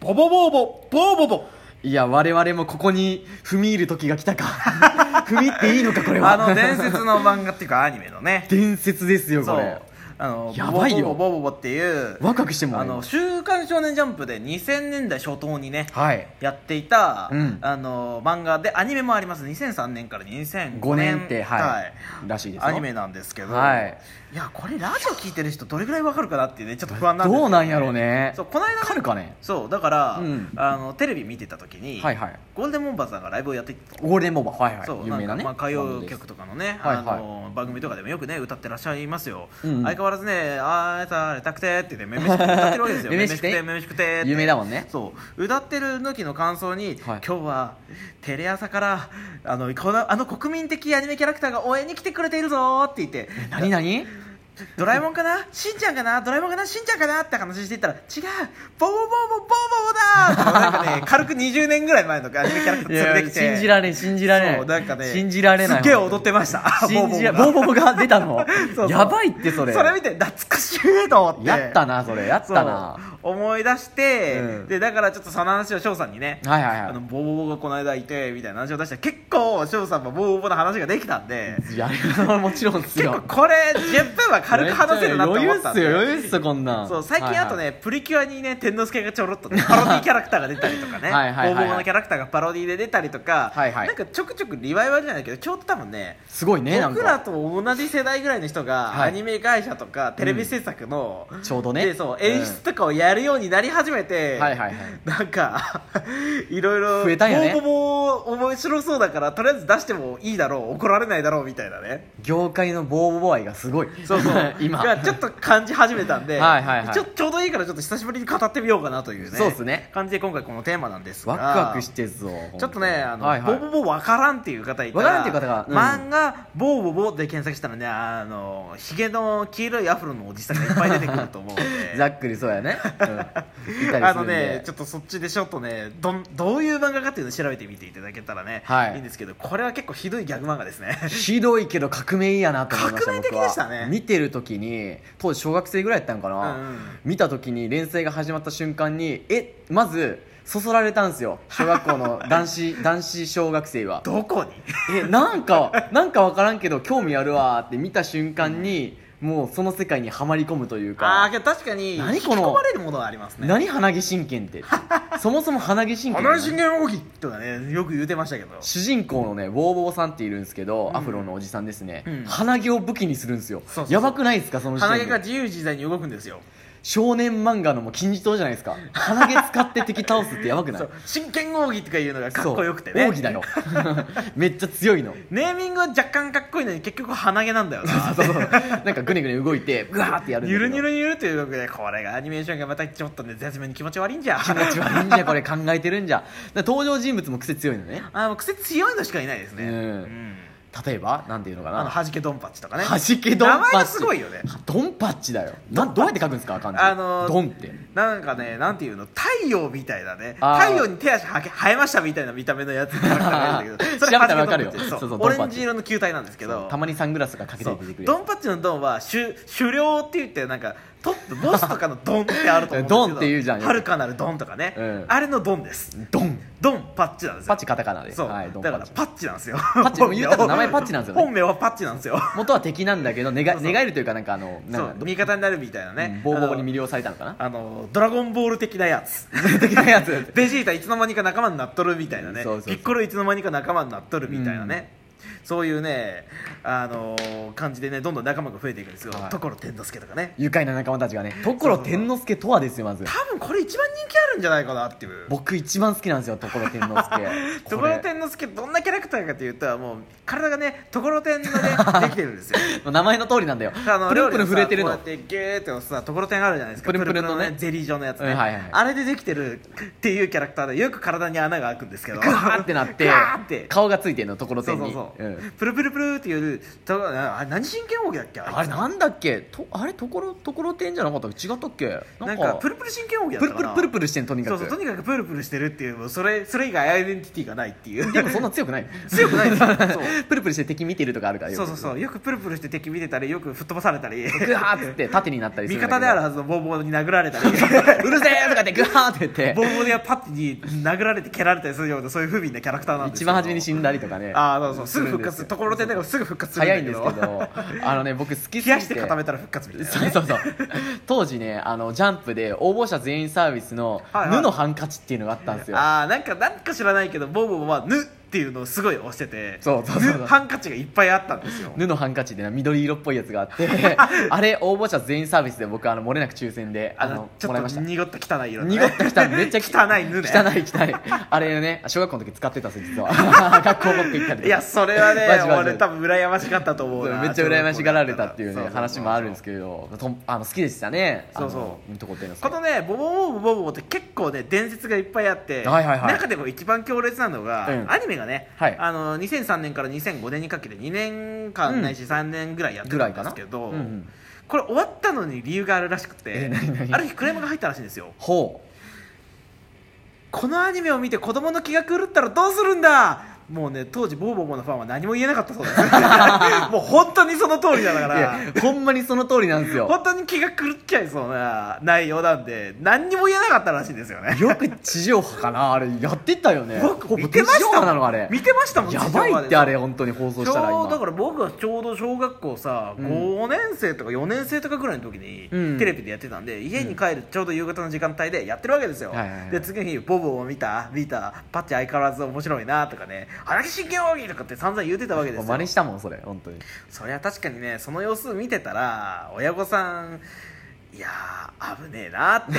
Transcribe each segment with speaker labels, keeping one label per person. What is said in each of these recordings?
Speaker 1: ボボボーボボーボボ
Speaker 2: いや我々もここに踏み入る時が来た か踏み入っていいのかこれは
Speaker 1: あの伝説の漫画っていうかアニメのね
Speaker 2: 伝説ですよこ
Speaker 1: そう
Speaker 2: れ
Speaker 1: あの
Speaker 2: やばいよ
Speaker 1: ボボボボボボっていう
Speaker 2: ワクワクしてもら
Speaker 1: あ
Speaker 2: える
Speaker 1: の「週刊少年ジャンプ」で2000年代初頭にね
Speaker 2: はい
Speaker 1: やっていた、
Speaker 2: うん
Speaker 1: あの漫画でアニメもあります2003年から2005年
Speaker 2: 5年ってはい、らしいですよ
Speaker 1: アニメなんですけど、
Speaker 2: はい、
Speaker 1: やこれラジオ聞いてる人どれぐらいわかるかなっていうねちょっと不安なんですよ
Speaker 2: どうなんやろうね
Speaker 1: そうこの間ね
Speaker 2: わかるかね
Speaker 1: そうだから、
Speaker 2: うん
Speaker 1: あのテレビ見てた時に、
Speaker 2: はいはい
Speaker 1: ゴールデンボンバーさんがライブをやってて
Speaker 2: ゴールデンボンバーはいはい
Speaker 1: そう
Speaker 2: 有名なね
Speaker 1: んかまあ、歌謡曲とかのね、
Speaker 2: はいはい
Speaker 1: あの番組とかでもよくね歌ってらっしゃいますよ、
Speaker 2: うんうん
Speaker 1: 相変わらずね「あーされたくて」ってねめめしくて歌ってるわけです よ
Speaker 2: めめしくて
Speaker 1: めめしくてめめしくて
Speaker 2: 有名だもんね
Speaker 1: そう歌ってる時の感想に、
Speaker 2: はい
Speaker 1: 今日はテレ朝からあのこのあの国民的アニメキャラクターが応援に来てくれているぞーって 言って
Speaker 2: 何何
Speaker 1: ドラえもんかなしんちゃんかなドラえもんかなしんちゃんかなって話していったら違うボーボーボーボーボーボーだーなんかね軽く20年ぐらい前のアニメキャラクタ
Speaker 2: い
Speaker 1: ー連れて
Speaker 2: や
Speaker 1: きて
Speaker 2: 信じられん信じられん
Speaker 1: そうなんかね
Speaker 2: 信じられない
Speaker 1: すっげえ踊ってました
Speaker 2: 信じら
Speaker 1: ボ
Speaker 2: ボ
Speaker 1: ー
Speaker 2: ー
Speaker 1: ボ
Speaker 2: ボ
Speaker 1: ー
Speaker 2: ーが出たの
Speaker 1: そうそう
Speaker 2: やばいってそれ
Speaker 1: それ見て懐かしいと思って
Speaker 2: やったなそれやっ
Speaker 1: そ
Speaker 2: たな
Speaker 1: う思い出して、
Speaker 2: うん
Speaker 1: でだからちょっとその話を翔さんにね、
Speaker 2: はいはいはい
Speaker 1: あのボーボーボーがこの間いてみたいな話を出したら結構翔さんもボーボーボーの話ができたんで
Speaker 2: いやそれはもちろんっす
Speaker 1: 結
Speaker 2: よ
Speaker 1: 構これ10分は軽く話せるなと思ったん
Speaker 2: 余裕っすよ
Speaker 1: で
Speaker 2: 余裕っすよこんなん
Speaker 1: そう最近あとね、
Speaker 2: はいはい
Speaker 1: プリキュアにね天之助がちょろっとねパロディキャラクターが出たりとかね
Speaker 2: はいはいはいはい
Speaker 1: ボーボーのキャラクターがパロディで出たりとか、
Speaker 2: はいはい
Speaker 1: なんかちょくちょくリバイバルじゃないけどちょうど多分ね
Speaker 2: すごいねなん
Speaker 1: 僕ら
Speaker 2: か
Speaker 1: と同じ世代ぐらいの人が
Speaker 2: はい
Speaker 1: アニメ会社とかテレビ制作の、
Speaker 2: ちょうどね
Speaker 1: でそ
Speaker 2: う
Speaker 1: う
Speaker 2: ん
Speaker 1: 演出とかをやるようになり始めて、
Speaker 2: はいはいはい
Speaker 1: なんか いろいろ
Speaker 2: 増えたんやね
Speaker 1: ボーボーボー面白そうだからとりあえず出してもいいだろう怒られないだろうみたいなね
Speaker 2: 業界のボーボーボー愛がすごい
Speaker 1: そうそう
Speaker 2: 今
Speaker 1: がちょっと感じ始めたんで
Speaker 2: はいはいはい
Speaker 1: ちょちょうどいいからちょっと久しぶりに語ってみようかなというね
Speaker 2: そうっすね
Speaker 1: 感じで今回このテーマなんですが
Speaker 2: ワクワクしてっぞ
Speaker 1: ちょっとねあの、
Speaker 2: はいはい
Speaker 1: ボーボーボー分からんっていう方いたら
Speaker 2: わからんっていう方がうん
Speaker 1: 漫画「ボーボーボー」で検索したらねあのひげの黄色いアフロのおじさんがいっぱい出てくると思うの
Speaker 2: ざ
Speaker 1: で。
Speaker 2: っくりそうやね、 うん、いたり
Speaker 1: あ
Speaker 2: する
Speaker 1: の
Speaker 2: んで、
Speaker 1: ね、ちょっとそっちでちょっとねどんどういう漫画かっていうのを調べてみていただけたらね、
Speaker 2: はい
Speaker 1: いんですけどこれは結構ひどいギャグ漫画 ですね
Speaker 2: ひどいけど革命やなと思いました
Speaker 1: 革命的
Speaker 2: 僕は
Speaker 1: でしたね
Speaker 2: 見てる時に当時小学生ぐらいやったのかな、
Speaker 1: うんうん
Speaker 2: 見た時に連載が始まった瞬間にえまずそそられたんですよ小学校 の男子男子小学生は
Speaker 1: どこに
Speaker 2: えなんかなんか分からんけど興味あるわーって見た瞬間に、もうその世界にはまり込むというか
Speaker 1: ああけど確かに
Speaker 2: 何
Speaker 1: 引き
Speaker 2: この
Speaker 1: 込まれるものはありますね
Speaker 2: 何鼻毛神剣って そもそも鼻毛神剣
Speaker 1: 花神剣奥義とかねよく言うてましたけど
Speaker 2: 主人公のねウォーボーさんっているんですけど、アフロのおじさんですね、
Speaker 1: うん
Speaker 2: 鼻毛を武器にするんですよ
Speaker 1: そうそうそう
Speaker 2: やばくないですかその時
Speaker 1: 鼻毛
Speaker 2: 点
Speaker 1: が
Speaker 2: で
Speaker 1: 自由自在に動くんですよ
Speaker 2: 少年漫画のもう金字塔じゃないですか鼻毛使って敵倒すってやばくない
Speaker 1: そう真剣奥義とかいうのがかっこよくて
Speaker 2: そ
Speaker 1: ね
Speaker 2: う奥義だ よめっちゃ強いの
Speaker 1: ネーミングは若干かっこいいのに結局鼻毛なんだよ な
Speaker 2: そうそうなんかグネグネ動いてグワーってやるんだ
Speaker 1: ゆ
Speaker 2: けど
Speaker 1: るゆるゆるというわけでこれがアニメーションがまたちょっとね絶妙に気持ち悪い んじゃ
Speaker 2: 気持ち悪いんじゃこれ考えてるんじゃだから登場人物も癖強いのね
Speaker 1: あーもう癖強いのしかいないですね
Speaker 2: うん
Speaker 1: ん
Speaker 2: 例えばなんていうのか
Speaker 1: あの
Speaker 2: な
Speaker 1: はじけドンパチとかね
Speaker 2: はじけドンパッチ
Speaker 1: 名前がすごいよね
Speaker 2: ドンパッチだよなどうやって書くんですか漢字
Speaker 1: あのー
Speaker 2: ドンって
Speaker 1: なんかねなんていうの太陽みたいなね
Speaker 2: あー
Speaker 1: 太陽に手足はけ生えましたみたいな見た目のやつのキャラクターがいるんだ け
Speaker 2: 調
Speaker 1: ど
Speaker 2: べたらわかるよ
Speaker 1: はじけドンパチ
Speaker 2: そうそう
Speaker 1: そうオ
Speaker 2: ドンパ
Speaker 1: レ
Speaker 2: チ
Speaker 1: ンジ色の球体なんですけど
Speaker 2: たまにサングラスがかけて
Speaker 1: そ
Speaker 2: 出てく
Speaker 1: う
Speaker 2: る
Speaker 1: ドンパッチのドンは首首領って言ってなんかトップボスとかのドンってある と思うんですけど
Speaker 2: ドンって言うじゃんよく
Speaker 1: はるかなるドンとかね、
Speaker 2: うん
Speaker 1: あれのドンです
Speaker 2: ドン
Speaker 1: ドンパッチなんですよ
Speaker 2: パッチカタカナで
Speaker 1: そう、
Speaker 2: はいドンパ
Speaker 1: だから
Speaker 2: ッチ
Speaker 1: パッチなんですよ
Speaker 2: ッチもう言ったら名前パッチなんですよね
Speaker 1: 本名はパッチなんですよ
Speaker 2: 元は敵なんだけど寝が
Speaker 1: そうそう
Speaker 2: 寝返るというかなんかあの
Speaker 1: そ
Speaker 2: な
Speaker 1: うん
Speaker 2: か
Speaker 1: 味方になるみたいなね、
Speaker 2: ボーボーに魅了されたのかな
Speaker 1: あのあのドラゴンボール的なやつ
Speaker 2: 的なやつ
Speaker 1: ベジータいつの間にか仲間になっとるみたいなね
Speaker 2: そうそうそう
Speaker 1: ピッコロいつの間にか仲間になっとるみたいなね、そういうね、あの感じでねどんどん仲間が増えていくんですよ、
Speaker 2: はい
Speaker 1: 所天之助とかね
Speaker 2: 愉快な仲間たちがね所天之助とはですよまず
Speaker 1: 多分これ一番人気あるんじゃないかなっていう
Speaker 2: 僕一番好きなんですよ所天之 助
Speaker 1: 所
Speaker 2: これ
Speaker 1: 天之助どんなキャラクターかというともう体がね所天 のねできてるんですよ
Speaker 2: 名前の通りなんだよ
Speaker 1: あの
Speaker 2: プルンプルン震えてるの
Speaker 1: 料理さこうやってギューって押すさところてんあるじゃないですか
Speaker 2: プルンプルンのね
Speaker 1: ゼリー状のやつね、
Speaker 2: うんはいはいはい
Speaker 1: あれでできてるっていうキャラクターでよく体に穴が開くんですけど
Speaker 2: グワーってなって
Speaker 1: ガーって
Speaker 2: 顔がついてるの所
Speaker 1: そう
Speaker 2: 天
Speaker 1: そう
Speaker 2: に
Speaker 1: そう
Speaker 2: う
Speaker 1: の、
Speaker 2: ん
Speaker 1: プルプルプルっていうとあ何神経毛毛だっけ
Speaker 2: あれなんだっけとあれところところてんじゃなかったっけ違ったっけ
Speaker 1: な
Speaker 2: なんん
Speaker 1: か
Speaker 2: か
Speaker 1: プルプル神経毛毛だ
Speaker 2: プ
Speaker 1: った
Speaker 2: ル
Speaker 1: か
Speaker 2: プルプル
Speaker 1: な
Speaker 2: プルしてんとにか
Speaker 1: そう
Speaker 2: く
Speaker 1: そうとにかくプルプルしてるっていうもうそれそれ以外アイデンティティがないっていう
Speaker 2: でもそんな強くない
Speaker 1: 強くないですよそう
Speaker 2: プルプルして敵見てるとかあるから
Speaker 1: そうそうそううよくプルプルして敵見てたりよく吹っ飛ばされたり
Speaker 2: グハーっつって縦になったりす
Speaker 1: 味
Speaker 2: るんだけど
Speaker 1: 方であるはずのボーボーに殴られたり
Speaker 2: うるせえとかってグハーって言って
Speaker 1: ボーボーでパッに殴られて蹴られたりするようなそういう不憫なキャラクターなんで
Speaker 2: 一
Speaker 1: すけど
Speaker 2: 番初めに死んだりとかね
Speaker 1: ああそうそうすぐ復活
Speaker 2: するんです
Speaker 1: す
Speaker 2: よ
Speaker 1: るところてんだけどすぐ復活する
Speaker 2: 早いんですけ
Speaker 1: だ
Speaker 2: どあのね僕好きすぎて
Speaker 1: 冷やして固めたら復活みたいな
Speaker 2: そうそうそう当時ねあのジャンプで応募者全員サービスの
Speaker 1: はいはい
Speaker 2: 布のハンカチっていうのがあったんですよ
Speaker 1: ああなんかなんか知らないけどボーボーは「ぬ」っていうのをすごい押してて
Speaker 2: そうそうそう
Speaker 1: ぬハンカチがいっぱいあったんですよ
Speaker 2: 布のハンカチでな緑色っぽいやつがあって あれ応募者全員サービスで僕あの漏れなく抽選であ
Speaker 1: あ
Speaker 2: の
Speaker 1: のちょ
Speaker 2: もらい
Speaker 1: っ
Speaker 2: ま
Speaker 1: と
Speaker 2: した
Speaker 1: 濁った汚い色のね
Speaker 2: 濁ってきためっちゃき
Speaker 1: 汚い布ね
Speaker 2: 汚い汚いあれね小学校の時使ってたんですよ実 は学校持って行ったりとか
Speaker 1: いやそれはね
Speaker 2: マジマジ
Speaker 1: 俺多分羨ましかったと思うな
Speaker 2: めっちゃ羨ましがられたっていう
Speaker 1: そ
Speaker 2: ね
Speaker 1: うそうそう
Speaker 2: 話もあるんですけどとあの好きでしたねあの
Speaker 1: そうそう
Speaker 2: いいとこっていうの
Speaker 1: このね「ボボボボボボボ」って結構ね伝説がいっぱいあって、
Speaker 2: はいはいはい
Speaker 1: 中でも一番強烈なのが、
Speaker 2: うん
Speaker 1: アニメがね、
Speaker 2: はい
Speaker 1: あの2003年から2005年にかけて2年間ないし3年ぐらいやってたんですけど、
Speaker 2: ぐらいかなうんうん
Speaker 1: これ終わったのに理由があるらしくて、
Speaker 2: え何何
Speaker 1: ある日クレームが入ったらしいんですよ
Speaker 2: ほ
Speaker 1: このアニメを見て子供の気が狂ったらどうするんだもうね当時ボーボーボーのファンは何も言えなかったそうです もう本当にその通りだか
Speaker 2: う
Speaker 1: ら
Speaker 2: いやほんまにその通りなんですよ
Speaker 1: 本当に気が狂っちゃいそうな内容なんで何にも言えなかったらしいんですよね
Speaker 2: よく地上波かなあれやってたよね
Speaker 1: 僕
Speaker 2: ほぼ
Speaker 1: 見てまし
Speaker 2: 地上
Speaker 1: た
Speaker 2: 波
Speaker 1: も
Speaker 2: なんのあれ
Speaker 1: 見てましたもん
Speaker 2: やばいってあれ
Speaker 1: 地
Speaker 2: 本当に放送
Speaker 1: 上波で
Speaker 2: し
Speaker 1: ち
Speaker 2: たら
Speaker 1: ょうどだか
Speaker 2: 今
Speaker 1: ら僕はちょうど小学校さ、
Speaker 2: うん
Speaker 1: 5年生とか4年生とかぐらいの時に
Speaker 2: うん
Speaker 1: テレビでやってたんで、家に帰るちょうど夕方の時間帯でやってるわけですよ、
Speaker 2: はいはいはい
Speaker 1: で次の日「ボボを見た見たパッチ相変わらず面白いな」とかね「荒木真剣奥義」とかって散々言ってたわけですよ
Speaker 2: 真似したもんそれ本当に
Speaker 1: そりゃ確かにねその様子見てたら親御さんいやー危ねえな って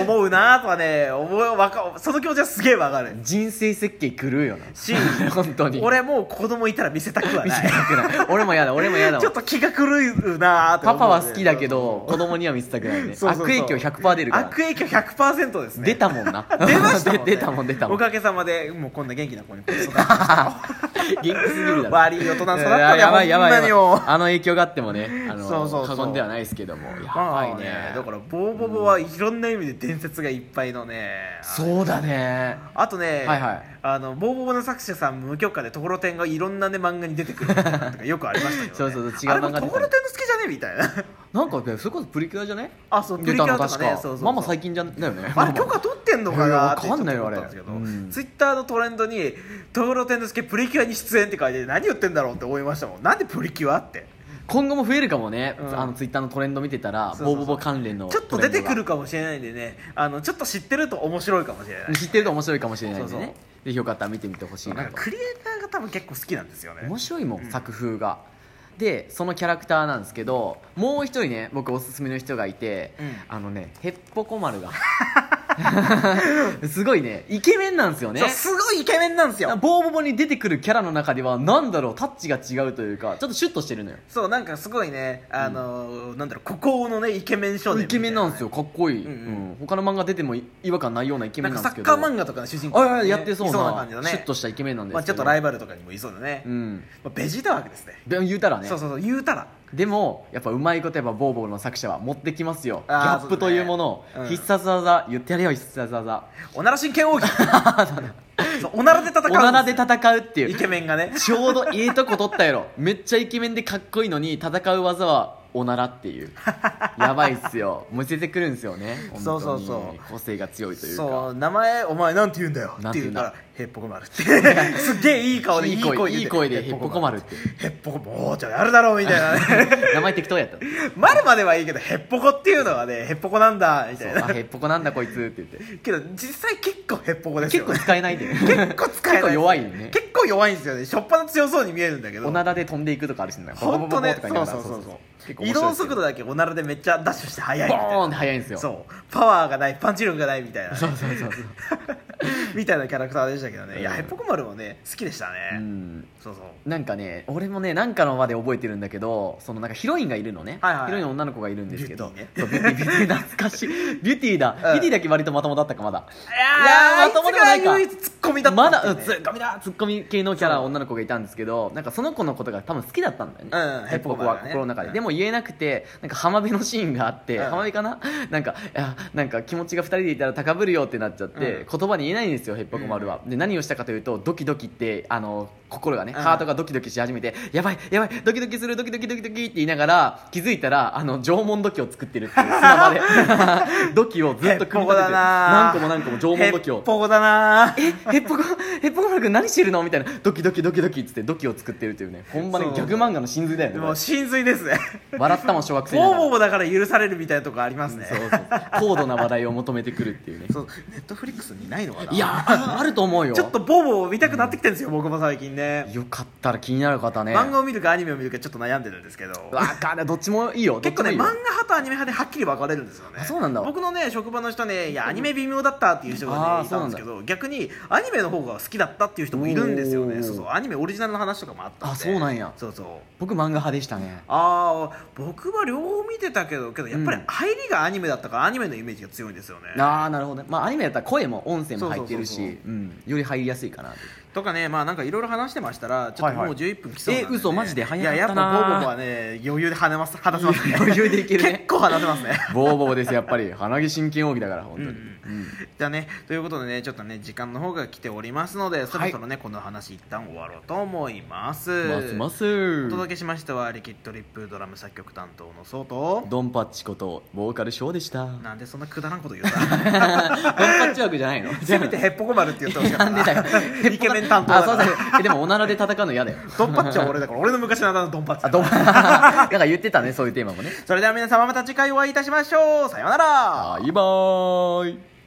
Speaker 1: 思うなとはね思うわかその気持ちはすげえわかる
Speaker 2: 人生設計狂うよな
Speaker 1: し
Speaker 2: 本当に
Speaker 1: 俺もう子供いたら見せたくは
Speaker 2: 見
Speaker 1: な
Speaker 2: せ
Speaker 1: い
Speaker 2: たくない 俺もやだ俺もやだ
Speaker 1: ちょっと気が狂うなーって思うね
Speaker 2: パパは好きだけど 子供には見せたくないね
Speaker 1: そう
Speaker 2: 悪
Speaker 1: そうそう
Speaker 2: 影響100%出るから
Speaker 1: 悪影響100%ですね
Speaker 2: 出たもんな
Speaker 1: 出ましたもん、ね、
Speaker 2: 出たもん出たもん
Speaker 1: おかげさまでもうこんな元気な子に育てました
Speaker 2: 元気すぎるだろ
Speaker 1: 悪い大人育ったね
Speaker 2: いややばいやばい
Speaker 1: ほんまによ
Speaker 2: やばいあの影響があってもねあの
Speaker 1: そうそうそう
Speaker 2: 過言ではないですけどもやばいね,、
Speaker 1: まあだからボーボボはいろんな意味で伝説がいっぱいのね
Speaker 2: そうだね
Speaker 1: あとね、
Speaker 2: はいはい
Speaker 1: あのボーボボの作者さん無許可でところてんがいろんなね漫画に出てくるとかよくありましたけど、ね、
Speaker 2: そうそうそう違う漫画
Speaker 1: あれも
Speaker 2: 出て
Speaker 1: と
Speaker 2: る
Speaker 1: ころてんの好きじゃねみたいな
Speaker 2: なんかねそれこそプリキュアじゃね
Speaker 1: あそう
Speaker 2: 出たの
Speaker 1: プリキュアとかね
Speaker 2: 確
Speaker 1: そうそうそう
Speaker 2: ママ最近じゃだよ ね
Speaker 1: あれ許可取ってんのかなっ
Speaker 2: い
Speaker 1: て
Speaker 2: やわかんないよ
Speaker 1: ちょっと思ったんですけど、
Speaker 2: あれうん
Speaker 1: ツイッターのトレンドに「ところてんの好きプリキュアに出演」って書いて何言ってんだろうって思いましたもんなんでプリキュアって
Speaker 2: 今後も増えるかもね、
Speaker 1: うん
Speaker 2: あのツイッターのトレンド見てたら
Speaker 1: そうそうそう
Speaker 2: ボーボボ関連の
Speaker 1: ちょっと出てく
Speaker 2: トレン
Speaker 1: るかもしれないんでねあのちょっと知ってると面白いかもしれな
Speaker 2: ドが
Speaker 1: い
Speaker 2: 知ってると面白いかもしれないんでね
Speaker 1: そうそう
Speaker 2: ぜひよかったら見てみてほしい
Speaker 1: な
Speaker 2: なんと
Speaker 1: かクリエイターが多分結構好きなんですよね
Speaker 2: 面白いもん、作風がでそのキャラクターなんですけどもう一人ね僕おすすめの人がいて、
Speaker 1: うん
Speaker 2: あのねヘッポコ丸がすごいねイケメンなんですよね
Speaker 1: そうすごいイケメンなんですよ
Speaker 2: ボーボボに出てくるキャラの中ではなんだろうタッチが違うというかちょっとシュッとしてるのよ
Speaker 1: そうなんかすごいねあのーなんだろう孤高のねイケメン少年
Speaker 2: イケメンなんですよかっこいい、
Speaker 1: うんうん
Speaker 2: うん他の漫画出てもい違和感ないようなイケ
Speaker 1: な
Speaker 2: メ
Speaker 1: ん
Speaker 2: ン
Speaker 1: か
Speaker 2: なん
Speaker 1: サ
Speaker 2: ですけ
Speaker 1: ッ
Speaker 2: ど
Speaker 1: カー漫画とかの主人公
Speaker 2: あいややってそう
Speaker 1: い
Speaker 2: な
Speaker 1: そうな感じだね
Speaker 2: シュッとしたイケメンなんですけど、
Speaker 1: まあ、ちょっとライ
Speaker 2: バ
Speaker 1: バルとかにもいそうだね、
Speaker 2: うん
Speaker 1: まあ、ベジータ枠ですね
Speaker 2: でも言うたらね
Speaker 1: そうそうそう言うたら
Speaker 2: でもやっぱうまいことやっぱボーボーの作者は持ってきますよギ
Speaker 1: あ
Speaker 2: ャ
Speaker 1: ー
Speaker 2: ップというものを
Speaker 1: そうだねうん
Speaker 2: 必殺技言ってやれよ必殺技
Speaker 1: おなら神剣王義そうおならで戦う
Speaker 2: おならで戦うってい
Speaker 1: イ
Speaker 2: う
Speaker 1: ケメンがね
Speaker 2: ちょうどいいとこ取ったやろめっちゃイケメンでかっこいいのに戦う技はおならっていうやばいっすよむせてくるんですよね本当に
Speaker 1: そうそうそう
Speaker 2: 個性が強いという
Speaker 1: そ
Speaker 2: か
Speaker 1: う名前お前なんて言うんだよ
Speaker 2: なん
Speaker 1: って
Speaker 2: て言
Speaker 1: 言う
Speaker 2: うん
Speaker 1: か
Speaker 2: だ
Speaker 1: らへっぽこ丸ってすっげえいい顔で
Speaker 2: いい声いい声でへっぽこ丸って
Speaker 1: へっぽこもうちょいあるだろうみたいなね
Speaker 2: 名前適当やったそ
Speaker 1: 丸まではいいけどへっぽこっていうのはねへっぽこなんだみたいうな
Speaker 2: あへっぽこなんだこいつって言って
Speaker 1: けど実際結構へっぽこです
Speaker 2: 結
Speaker 1: よ
Speaker 2: 構
Speaker 1: ね
Speaker 2: 使えないで
Speaker 1: 結構使えな
Speaker 2: 結
Speaker 1: い
Speaker 2: 構弱いよね
Speaker 1: 結構弱いんですよねしょっぱな強そうに見えるんだけど
Speaker 2: おならで飛んでいくとかあるしね
Speaker 1: 本当ね
Speaker 2: ボボボボボとか
Speaker 1: そう
Speaker 2: 言いながら
Speaker 1: そうそう
Speaker 2: そう
Speaker 1: そ
Speaker 2: 結
Speaker 1: う
Speaker 2: 構
Speaker 1: 移
Speaker 2: 面白い
Speaker 1: 動
Speaker 2: ですよ
Speaker 1: 速度だけおならでめっちゃダッシュして速いみ
Speaker 2: ボ
Speaker 1: たいな
Speaker 2: ーンって速いんですよ
Speaker 1: そうパワーがないパンチ力がないみたいなね、
Speaker 2: そうそうそうそう
Speaker 1: みたいなキャラクターでしたけどね、いや
Speaker 2: うん
Speaker 1: ヘッポコ丸もね好きでしたね、
Speaker 2: うん
Speaker 1: そうそう
Speaker 2: なんかね俺もねなんかの場で覚えてるんだけどそのなんかヒロインがいるのね、
Speaker 1: はいはい
Speaker 2: ヒロインの女の子がいるんですけど
Speaker 1: ビュー
Speaker 2: そうビューティービューティー懐かしいビューティーだ、
Speaker 1: うん
Speaker 2: ビューティーだけ割とまともだったかまだ
Speaker 1: いやー
Speaker 2: いやーまともではないか
Speaker 1: あいつが唯一突っコミだった
Speaker 2: ま
Speaker 1: って
Speaker 2: だ、
Speaker 1: いううんね
Speaker 2: ツッコミだツッコミ系のキャラ
Speaker 1: そう
Speaker 2: 女の子がいたんですけどなんかその子のことが多分好きだったんだよね、
Speaker 1: うん
Speaker 2: ヘッポコ
Speaker 1: ヘッポコ
Speaker 2: は
Speaker 1: がね
Speaker 2: 心の中で、
Speaker 1: うん
Speaker 2: でも言えなくてなんか浜辺のシーンがあって、
Speaker 1: うん
Speaker 2: 浜辺かななんかいやなんか気持ちが2人でいたら高ぶるよってなっちゃって、言葉に言えないんですよヘッポコ丸は、で何をしたかというとドキドキってあの心がね、
Speaker 1: うん
Speaker 2: ハートがドキドキし始めてやばいやばいドキドキするドキドキドキドキって言いながら気づいたらあの縄文土器を作ってるっていう砂場 で 土器をずっと組み立て
Speaker 1: ヘッポコだ
Speaker 2: て
Speaker 1: な
Speaker 2: 何個も何個も縄文土器
Speaker 1: ヘ
Speaker 2: を
Speaker 1: ッポコだな
Speaker 2: えヘッポコヘッポコ丸くん何してるのみたいなドキドキドキドキっつってドキを作ってるというねほんまに
Speaker 1: そう
Speaker 2: ギャグ漫画の真髄だよね
Speaker 1: も
Speaker 2: こ
Speaker 1: う真髄で すね
Speaker 2: れ笑ったもん小学生
Speaker 1: ボーボー
Speaker 2: う
Speaker 1: もだから許されるみたいなとこありますね
Speaker 2: そうそう高度な話題を求めてくるっていうね
Speaker 1: そうネットフリックスにないのかない
Speaker 2: いやああると思うよ
Speaker 1: ちょっとボーボーを見たくなってきてるんですよ、僕も最近ね
Speaker 2: よかったら気になる方ね
Speaker 1: 漫画を見るかアニメを見るかちょっと悩んでるんですけど
Speaker 2: わかんないどっちもいいよ
Speaker 1: 結構ね
Speaker 2: どっち
Speaker 1: 漫画
Speaker 2: もいいよ
Speaker 1: 派とアニメ派ではっきり分かれるんですよね
Speaker 2: あそうなんだ
Speaker 1: 僕のね職場の人ねいやアニメ微妙だったっていう人が
Speaker 2: あー
Speaker 1: ねいたんですけど逆にアニメの方が好きだったっていう人もいるんですよ
Speaker 2: お
Speaker 1: ね
Speaker 2: ー
Speaker 1: そうそうアニメオリジナルの話とかもあったんで
Speaker 2: あそうなんや
Speaker 1: そうそう
Speaker 2: 僕漫画派でしたね
Speaker 1: ああ僕は両方見てたけどけどやっぱ
Speaker 2: う
Speaker 1: り
Speaker 2: ん
Speaker 1: 入りがアニメだったからアニメのイメージが強いんですよね
Speaker 2: ああなるほどねまあアニメだったら声も音声も入ってる
Speaker 1: そうそう
Speaker 2: し
Speaker 1: そ
Speaker 2: うんより入りやすいかなって
Speaker 1: とかねまあなんかいろいろ話してましたらちょっともう11分来そうなんで、ね
Speaker 2: え嘘マジで早かったない
Speaker 1: ややっぱボーボーはね余裕で話ます話せますね
Speaker 2: 余裕でいけるね
Speaker 1: 結構話せますね
Speaker 2: ボーボーですやっぱり鼻毛真剣奥義だから本当に
Speaker 1: うん
Speaker 2: うん
Speaker 1: じゃあねということでねちょっとね時間の方が来ておりますのでそろそろね、この話一旦終わろうと思います
Speaker 2: ますます
Speaker 1: お届けしましたはリキッドリップドラム作曲担当のソウと
Speaker 2: ドンパッチことボーカルショーでしたドンパ
Speaker 1: なんでそんなくだらんこと言う た
Speaker 2: ッチ枠じゃないの
Speaker 1: せめてヘッポコ丸って言ってほしか
Speaker 2: な
Speaker 1: っ
Speaker 2: んでだよ
Speaker 1: た イケメン担当だ
Speaker 2: あ
Speaker 1: か
Speaker 2: そうだ
Speaker 1: ら
Speaker 2: ねえでもおならで戦うの嫌だよ
Speaker 1: ドンパッチは俺だから俺の昔のあだ名ドンパッチ
Speaker 2: あ
Speaker 1: だか
Speaker 2: ド
Speaker 1: ら
Speaker 2: ン パなんか言ってたねそういうテーマもね
Speaker 1: それでは皆様また次回お会いいたしましょうさようなら
Speaker 2: バイバーイ